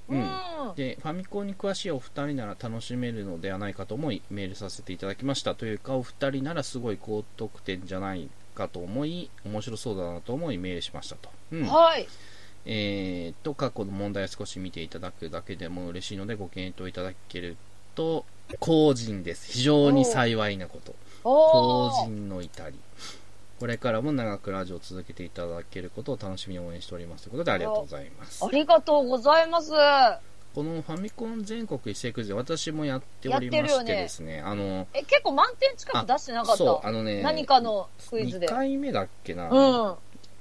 Speaker 1: うん。
Speaker 2: でファミコンに詳しいお二人なら楽しめるのではないかと思いメールさせていただきましたというかお二人ならすごい高得点じゃないかと思い面白そうだなと思いメールしましたと、うん
Speaker 1: はい。
Speaker 2: えーっと過去の問題を少し見ていただくだけでも嬉しいのでご検討いただけると後人です非常に幸いなこと
Speaker 1: お
Speaker 2: 後
Speaker 1: ー。
Speaker 2: 人の至りこれからも長くラジオを続けていただけることを楽しみに応援しておりますということでありがとうございます
Speaker 1: ありがとうございます。
Speaker 2: このファミコン全国一斉クイズ私もやっておりま
Speaker 1: や
Speaker 2: し
Speaker 1: って
Speaker 2: て
Speaker 1: るよね
Speaker 2: ですねあの
Speaker 1: え、結構満点近く出してなかっ
Speaker 2: そうあ
Speaker 1: た。
Speaker 2: のね
Speaker 1: 何かのクイズで。
Speaker 2: 2回目だっけな、
Speaker 1: うん。あ、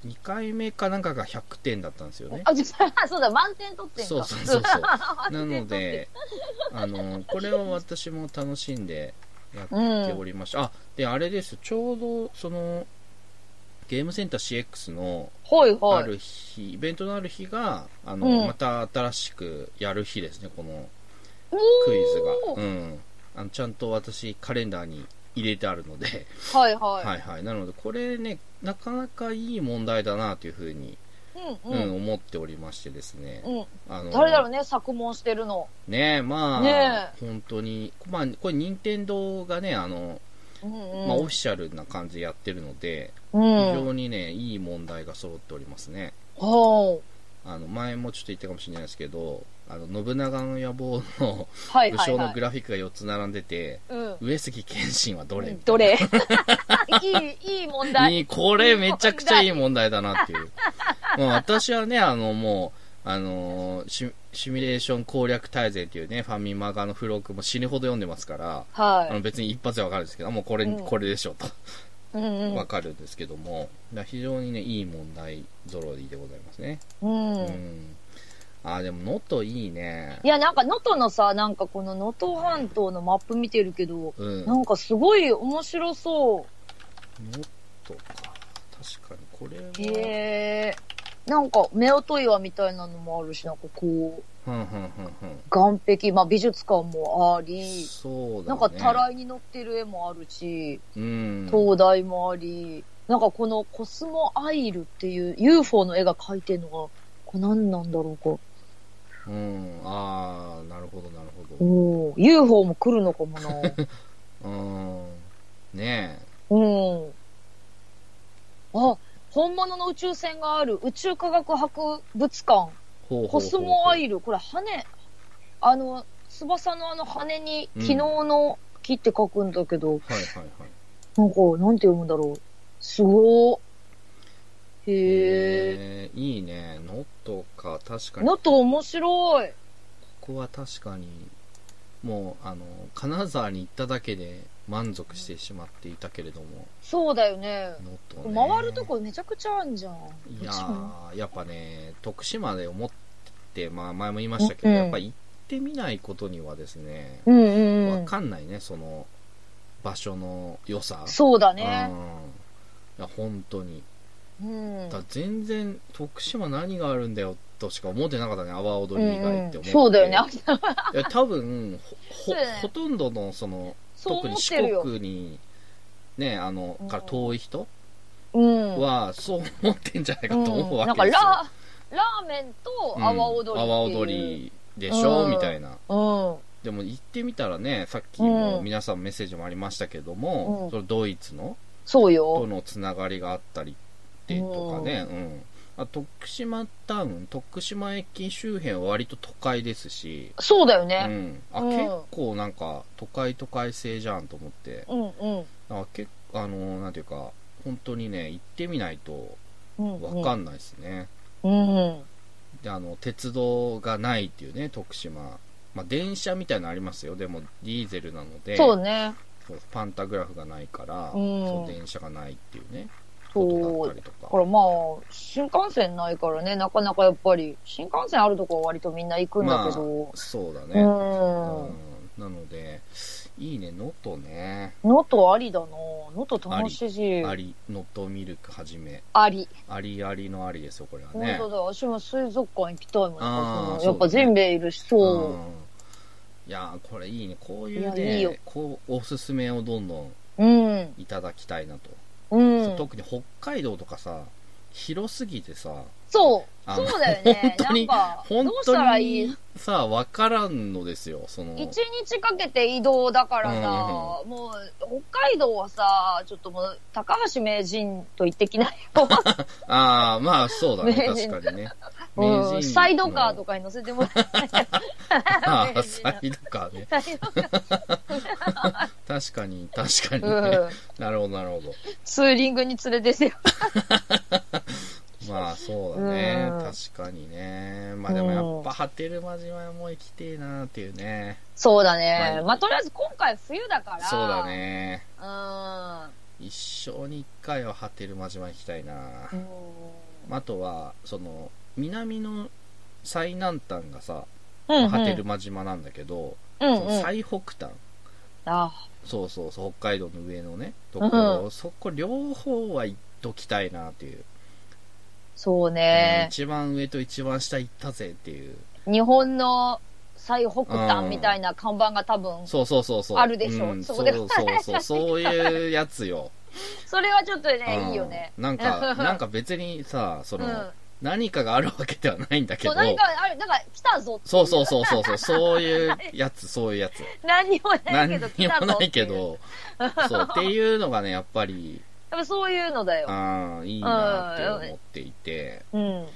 Speaker 2: 2回目かなんかが100点だったんですよね
Speaker 1: じゃあそう だ、満点取ってんか。
Speaker 2: そうそうそうそう
Speaker 1: 満点
Speaker 2: な
Speaker 1: 取
Speaker 2: の
Speaker 1: って
Speaker 2: であのこれは私も楽しんでやっておりました、あであれですちょうどそのゲームセンター CX の
Speaker 1: はいは
Speaker 2: あ
Speaker 1: い。
Speaker 2: る日イベントのある日があの、
Speaker 1: うん
Speaker 2: また新しくやる日ですねこの
Speaker 1: ク
Speaker 2: クイズが、うん、あのちゃんと私カレンダーに入れてあるので、
Speaker 1: はいはい。
Speaker 2: はいはい、なのでこれねなかなかいい問題だなというふうに、
Speaker 1: う
Speaker 2: うん
Speaker 1: んうん。
Speaker 2: 思っておりましてですね、
Speaker 1: うん、
Speaker 2: あの
Speaker 1: 誰だろうね、作文してるの。
Speaker 2: ねまあ
Speaker 1: ね
Speaker 2: 本当にまあこれ任天堂がねあの、
Speaker 1: うんうん。
Speaker 2: まあ、オフィシャルな感じでやってるので、非
Speaker 1: うん。
Speaker 2: 常にねいい問題が揃っておりますね
Speaker 1: は
Speaker 2: あの前もちょっと言ったかもしれないですけどあの信長の野望の
Speaker 1: あはい
Speaker 2: 武
Speaker 1: はい
Speaker 2: 将
Speaker 1: は
Speaker 2: の
Speaker 1: い
Speaker 2: グ。ラフィックが4つ並んでて、
Speaker 1: うん。
Speaker 2: 上杉謙信はどれみたい
Speaker 1: ど
Speaker 2: な
Speaker 1: れ いい、いい問題。
Speaker 2: いいこれめちゃくちゃいい問題だ なっていう。まあ私はね、あのもう、あのーシ、シミュレーション攻略大全っていうね、ファミマガの付録も死ぬほど読んでますから、あ
Speaker 1: は
Speaker 2: の別に一発でわかるんですけど、もうこれ、
Speaker 1: うん
Speaker 2: これでしょうと。
Speaker 1: い。うんうん。
Speaker 2: わかるんですけども、だから非常にね、いい問題揃いでございますね。
Speaker 1: うん
Speaker 2: うん。あー、でも、能登いいね
Speaker 1: い。や、なんか、能登のさ、なんかこの能登半島のマップ見てるけど、
Speaker 2: うん。
Speaker 1: な
Speaker 2: 能
Speaker 1: んかすごい面白そ
Speaker 2: 登か。確かに、これは。
Speaker 1: う。へえ。なんか、夫婦岩みたいなのもあるし、なんかこう、
Speaker 2: ふんふんふんふん。
Speaker 1: 岸壁、まあ美術館もあり、
Speaker 2: そう
Speaker 1: な
Speaker 2: だね。
Speaker 1: んかたらいに乗ってる絵もあるし、
Speaker 2: うん。
Speaker 1: 灯台もあり、なんかこのコスモアイルっていう UFO の絵が描いてるのが、これ何なんだろうか。
Speaker 2: うん、ああ、なるほど、なるほ
Speaker 1: おー UFO も来るのか もな。
Speaker 2: ど。うん。ね
Speaker 1: うん。あ、本物の宇宙船がある宇宙科学博物館、
Speaker 2: え。ほうほうほう
Speaker 1: コスモアイル、これ羽、あの、翼のあの羽に、
Speaker 2: うん
Speaker 1: 昨日の木って書くんだけど、
Speaker 2: はいはいはい。
Speaker 1: なんか、なんて読むんだろう。すごー。へえ。
Speaker 2: えー、いいね。のとか、確かに。
Speaker 1: の
Speaker 2: こと
Speaker 1: 面白い。
Speaker 2: こは確かに、もう、あの、金沢に行っただけで満足してしまっていたけれども、
Speaker 1: そうだよね。
Speaker 2: のとね。
Speaker 1: 回るとこめちゃくちゃあるじゃん。
Speaker 2: いや
Speaker 1: 確か
Speaker 2: ー、やっぱね、徳島で思って、まあ前も言いましたけど、
Speaker 1: うん
Speaker 2: やっぱ行ってみないことにはですね、
Speaker 1: にうんうんう
Speaker 2: わ
Speaker 1: ん。
Speaker 2: かんないね、その、場所の良さ。
Speaker 1: そうだ
Speaker 2: うん
Speaker 1: ね。
Speaker 2: いや本当に
Speaker 1: うん
Speaker 2: だから全然徳島何があるんだよとしか思ってなかったね阿波
Speaker 1: う
Speaker 2: 踊り以外
Speaker 1: ん
Speaker 2: っ
Speaker 1: う
Speaker 2: て思って、
Speaker 1: ん。そうだよね。
Speaker 2: いや多分ほ
Speaker 1: そうだよね
Speaker 2: ほほとんどのその
Speaker 1: そう思
Speaker 2: 特に
Speaker 1: っ
Speaker 2: 四
Speaker 1: てるよ。
Speaker 2: 国にねあの
Speaker 1: うん
Speaker 2: から遠い人
Speaker 1: うん。
Speaker 2: はそう思ってんじゃないかと思う
Speaker 1: うん
Speaker 2: わ
Speaker 1: なん
Speaker 2: け
Speaker 1: か
Speaker 2: ですよ、
Speaker 1: ラーラーメンと阿波踊り
Speaker 2: うん阿波
Speaker 1: って
Speaker 2: 踊
Speaker 1: いう。
Speaker 2: りでしょ、
Speaker 1: うん
Speaker 2: みたいな
Speaker 1: うん。
Speaker 2: でも行ってみたらねさっきも
Speaker 1: うん
Speaker 2: 皆さんメッセージもありましたけども、
Speaker 1: うん
Speaker 2: そのドイツの
Speaker 1: そう
Speaker 2: と
Speaker 1: よ。
Speaker 2: のつながりがあったりってとかね、うんあ徳島タウン徳島駅周辺は割と都会ですし、
Speaker 1: そうだよ
Speaker 2: う
Speaker 1: ね。
Speaker 2: ん、あ、
Speaker 1: うん
Speaker 2: 結構なんか都会都会性じゃんと思って
Speaker 1: うんうん。
Speaker 2: あ結構あのなんていうか本当にね行ってみないと
Speaker 1: うん
Speaker 2: 分かんないですね、
Speaker 1: うん。
Speaker 2: であの鉄道がないっていうね徳島、まあ、電車みたいなのありますよでもディーゼルなので
Speaker 1: そうね。
Speaker 2: そうパンタグラフがないから、
Speaker 1: うん
Speaker 2: そう電車がないっていうねこ
Speaker 1: そ
Speaker 2: と
Speaker 1: う
Speaker 2: だった。りと
Speaker 1: だ
Speaker 2: か
Speaker 1: からまあ、新幹線ないからね、なかなかやっぱり、新幹線あるとこは割とみんな行くんだけど、
Speaker 2: そうだね、
Speaker 1: うん
Speaker 2: うんなのでいいね能登ね
Speaker 1: 能登ありだな能登楽しい。
Speaker 2: アリ能登ミルクはじめ
Speaker 1: あり。
Speaker 2: ありありのありですよこれは
Speaker 1: 本
Speaker 2: ね
Speaker 1: 当だ。私も水族館行きたいもん
Speaker 2: あー
Speaker 1: なんかその。やっぱジンベエいるし、
Speaker 2: うん
Speaker 1: そ
Speaker 2: いやーこれいいねこういう
Speaker 1: いやいいよ
Speaker 2: ねこうおすすめをどんどん
Speaker 1: う。うん。
Speaker 2: いただきたいなと、
Speaker 1: うん。
Speaker 2: 特に北海道とかさ広すぎてさ
Speaker 1: そう。
Speaker 2: あ
Speaker 1: そ
Speaker 2: の
Speaker 1: うだよね。
Speaker 2: 本
Speaker 1: な
Speaker 2: 当に
Speaker 1: んか、ど
Speaker 2: 本
Speaker 1: うした
Speaker 2: 当
Speaker 1: らいい
Speaker 2: にさ分からんのですよその
Speaker 1: 一日かけて移動だからさ、もう、北海道はさ、ちょっともう、高橋名人と行ってきなよ。
Speaker 2: ああまあそうだね
Speaker 1: 名人
Speaker 2: 確かにね
Speaker 1: うんサイドカーと
Speaker 2: か
Speaker 1: かに乗せてもら
Speaker 2: あ
Speaker 1: え
Speaker 2: あ
Speaker 1: て。
Speaker 2: サイドカーね
Speaker 1: サイドカ
Speaker 2: 確かに確かにね、
Speaker 1: ー。うん。
Speaker 2: なるほどなるほど
Speaker 1: ツーリングに連れてってよ。
Speaker 2: まあそうだね
Speaker 1: うん
Speaker 2: 確かにねまあでもやっぱ波照間島も行きてえなっていうね
Speaker 1: そうだ
Speaker 2: ま
Speaker 1: ね
Speaker 2: あ。
Speaker 1: まあ、とりあえず今回冬だから。
Speaker 2: そうだ。ね
Speaker 1: うん。
Speaker 2: 一生に一回は波照間島行きたいな、あとはその南の最南端がさ、
Speaker 1: うん。
Speaker 2: 波照間島なんだけど、
Speaker 1: うん
Speaker 2: その
Speaker 1: うん。
Speaker 2: 最北端
Speaker 1: あ、
Speaker 2: そうそうそう北海道の上のねところ、そこ両方は行っときたいなっていう、
Speaker 1: そう
Speaker 2: うん
Speaker 1: ね。
Speaker 2: 一番上と一番下行ったぜっていう
Speaker 1: 日本の最北端みたいな看板が多分、
Speaker 2: そうそうそうそう
Speaker 1: あるでしょ
Speaker 2: うん、
Speaker 1: そこ
Speaker 2: そう
Speaker 1: で
Speaker 2: そう そうそういうやつよ、
Speaker 1: それはちょっと
Speaker 2: う
Speaker 1: ね、
Speaker 2: ん
Speaker 1: いいよね。
Speaker 2: な んかなんか別にさそうの、
Speaker 1: ん。
Speaker 2: 何かがあるわけではないんだけ
Speaker 1: そ
Speaker 2: ど
Speaker 1: う、何か、あれ、なんか来たぞっていう
Speaker 2: そうそうそうそうそう、そういうやつ、そういうやつ。
Speaker 1: 何にも ない
Speaker 2: 何
Speaker 1: け
Speaker 2: に
Speaker 1: ど来たぞっていう。
Speaker 2: もないけ ど、そう、っていうのがね、やっぱり、
Speaker 1: やっぱそういうのだよ。
Speaker 2: あーいいなって思っていて、
Speaker 1: うん。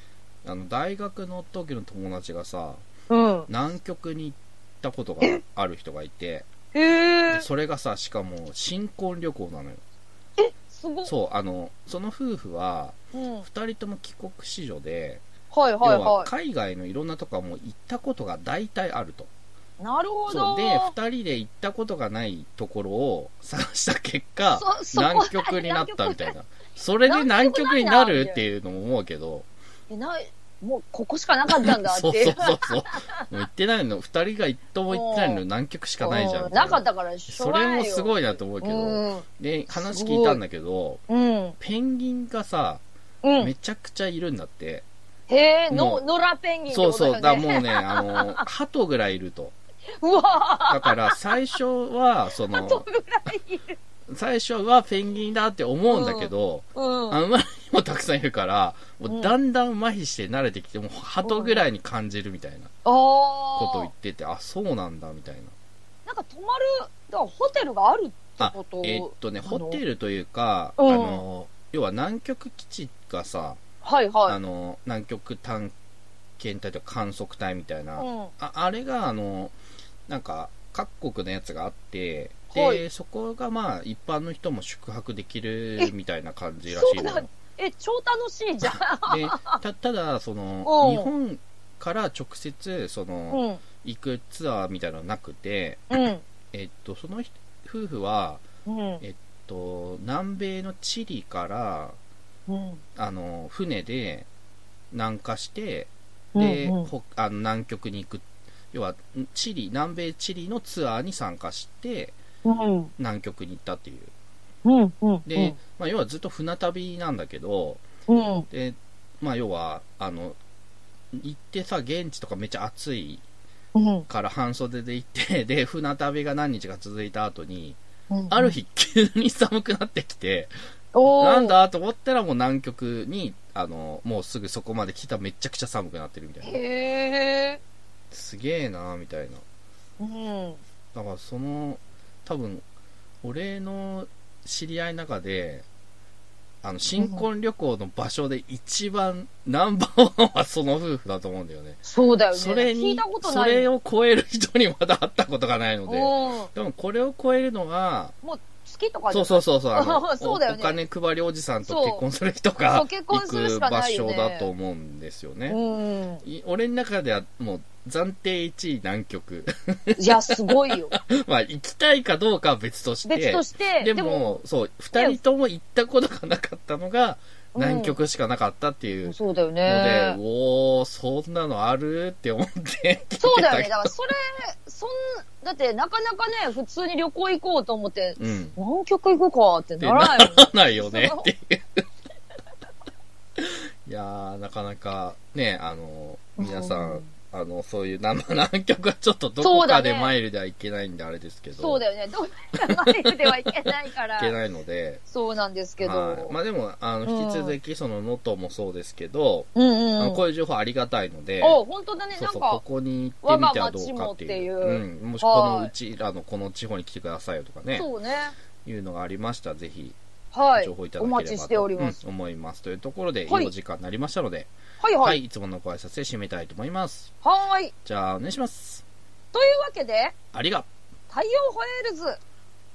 Speaker 2: あの、大学の時の友達がさ、
Speaker 1: うん。
Speaker 2: 南極に行ったことがある人がいて、
Speaker 1: へえ。
Speaker 2: それがさ、しかも、新婚旅行なのよ。
Speaker 1: すごい。
Speaker 2: そう、あの、その夫婦は、
Speaker 1: うん。はい
Speaker 2: 二人とも帰国子女で、
Speaker 1: はい
Speaker 2: 要は
Speaker 1: は
Speaker 2: 海外のいろんなとこはもう行ったことが大体あると。
Speaker 1: い。なるほ
Speaker 2: そ
Speaker 1: ど。
Speaker 2: うで2人で行ったことがないところを探した結果
Speaker 1: そそこ
Speaker 2: 南極になったみた いなそれで南極になるっていうのも思うけど
Speaker 1: え、ない、もうここしかなかったんだ
Speaker 2: そ
Speaker 1: っ
Speaker 2: う
Speaker 1: ていう。
Speaker 2: そうそうそうもう行ってないの2人が一度も行ってないの
Speaker 1: うん
Speaker 2: 南極しかないじゃん
Speaker 1: うなかったから、しょ
Speaker 2: そう
Speaker 1: がな
Speaker 2: れも
Speaker 1: よ
Speaker 2: すごいなと思うけどで話聞いたんだけど
Speaker 1: うん。うん。
Speaker 2: ペンギンがさ
Speaker 1: うん。
Speaker 2: めちゃくちゃいるんだって、
Speaker 1: へえ、
Speaker 2: も
Speaker 1: の、
Speaker 2: う
Speaker 1: 野良ペンギンって
Speaker 2: そ
Speaker 1: こ
Speaker 2: うそう
Speaker 1: とだ
Speaker 2: だから
Speaker 1: よね。
Speaker 2: もうねあの鳩ぐらいいると
Speaker 1: うわ
Speaker 2: だから最初はその
Speaker 1: どぐらいいる
Speaker 2: 最初はペンギンだって思うんだけど、
Speaker 1: うん。
Speaker 2: あ馬にもたくさんいるから、もううんだんだん麻痺して慣れてきて、もう鳩ぐらいに感じるみたいなこ
Speaker 1: こと
Speaker 2: を言ってて、あ、そうなんだみたいな。
Speaker 1: なんか泊まる、だからホテルがあるって
Speaker 2: あ
Speaker 1: こと、
Speaker 2: えっとね、ホテルというか、あ
Speaker 1: うん
Speaker 2: の、要は南極基地がさ、
Speaker 1: はいはい。
Speaker 2: あの、南極探検隊とか観測隊みたいな、
Speaker 1: うん。
Speaker 2: ああれが、あの、なんか、各国のやつがあって、
Speaker 1: は
Speaker 2: で、
Speaker 1: い
Speaker 2: そこがまあ、一般の人も宿泊できる
Speaker 1: え
Speaker 2: みたいな感じらしい
Speaker 1: そう
Speaker 2: のよ
Speaker 1: だ。。え、超楽しいじゃん。
Speaker 2: でたただその
Speaker 1: うん
Speaker 2: 日本から直接その、
Speaker 1: うん。
Speaker 2: 行くツアーみたいなのなくて、
Speaker 1: うん。
Speaker 2: えっと、その人夫婦は、
Speaker 1: うん
Speaker 2: えっと、南米のチリから
Speaker 1: うん。
Speaker 2: あの船で南下して
Speaker 1: うん
Speaker 2: で、
Speaker 1: うん
Speaker 2: ほあの南極に行く要はチリ南米チリのツアーに参加して
Speaker 1: うん。
Speaker 2: 南極に行ったっていう
Speaker 1: うん。うん。
Speaker 2: で、まあ、要はずっと船旅なんだけど、
Speaker 1: うん。
Speaker 2: で、まあ、要は、あの、行ってさ、現地とかめっちゃ暑い
Speaker 1: うん。
Speaker 2: から半袖で行って、 で、船旅が何日か続いた後に、
Speaker 1: うん。
Speaker 2: ある日急に寒くなってきて、
Speaker 1: おー、
Speaker 2: なんだと思ったらもう南極に、あの、もうすぐそこまで来たらめちゃくちゃ寒くなってるみたいな。
Speaker 1: へ
Speaker 2: すげえなみたいな。
Speaker 1: ー。うん。
Speaker 2: だからその、多分、俺の知り合いの中で、あの、新婚旅行の場所で一番ナンバーワンはその夫婦だと思うんだよね。
Speaker 1: そうだよね。
Speaker 2: それ
Speaker 1: 聞い
Speaker 2: に
Speaker 1: たこと、
Speaker 2: そ
Speaker 1: ない。
Speaker 2: れを超える人にまだ会ったことがないので、
Speaker 1: うん
Speaker 2: でもこれを超えるのが、
Speaker 1: もうきとかじ
Speaker 2: そ
Speaker 1: ゃない
Speaker 2: うそうそうそうあの
Speaker 1: そうだよね
Speaker 2: お金配りおじさんと
Speaker 1: そう
Speaker 2: 結婚する人
Speaker 1: そ
Speaker 2: が
Speaker 1: う結
Speaker 2: 行
Speaker 1: 婚する
Speaker 2: く
Speaker 1: しか
Speaker 2: 場
Speaker 1: ないよ
Speaker 2: 所
Speaker 1: ね
Speaker 2: だと思うんですよね
Speaker 1: うん。
Speaker 2: い俺の中ではもう暫定1位南極
Speaker 1: いや、すごいよ。
Speaker 2: まあ行き たいかどうかは別として
Speaker 1: 別として、
Speaker 2: でもそう2人とも行ったことがなかったのが
Speaker 1: うん
Speaker 2: 南極しかなかったっていうので、
Speaker 1: そうだよ
Speaker 2: う
Speaker 1: ね。
Speaker 2: おーそんなのあるって思って 聞いてたけど
Speaker 1: そうだよね。だから、それ、そん、だって、なかなかね、普通に旅行行 こうと思って、
Speaker 2: うん
Speaker 1: 南極行こうかってならないもん。
Speaker 2: ないよね
Speaker 1: そう
Speaker 2: っていう。いやー、なかなかね、あの、皆さん、
Speaker 1: うん
Speaker 2: あの、そういう 生南極はちょっとどこかで
Speaker 1: そうだね
Speaker 2: マイルではいけないんであれですけど、
Speaker 1: そうだよね。どうやってではいけないか
Speaker 2: いけ
Speaker 1: ら。
Speaker 2: ないので、
Speaker 1: そうなんですけ
Speaker 2: はい
Speaker 1: ど。
Speaker 2: まあでも、あの、引き続き、その、能登もそうですけど、
Speaker 1: うん
Speaker 2: あの
Speaker 1: う
Speaker 2: こ
Speaker 1: ん。
Speaker 2: ういう情報ありがたいので、
Speaker 1: お、本当だね。
Speaker 2: そう
Speaker 1: なん
Speaker 2: そう、こ
Speaker 1: か、
Speaker 2: こに行ってみてはどうかっていう。
Speaker 1: 我が町もって
Speaker 2: うん。もしこの
Speaker 1: はいう
Speaker 2: ちらのこの地方に来てくださいよとかね、
Speaker 1: そうね。
Speaker 2: いうのがありましたら、ぜひ、
Speaker 1: はい
Speaker 2: 情報い。ただ
Speaker 1: お
Speaker 2: ければと、
Speaker 1: 待ちしております。
Speaker 2: うん思います。というところで、
Speaker 1: はい
Speaker 2: いいお時間になりましたので、
Speaker 1: はい
Speaker 2: はい、、
Speaker 1: はいい。
Speaker 2: つものご挨拶で締めたいと思います。
Speaker 1: はーい。
Speaker 2: じゃあ、お願いします。
Speaker 1: というわけで、
Speaker 2: ありが
Speaker 1: 太陽ホエールズ、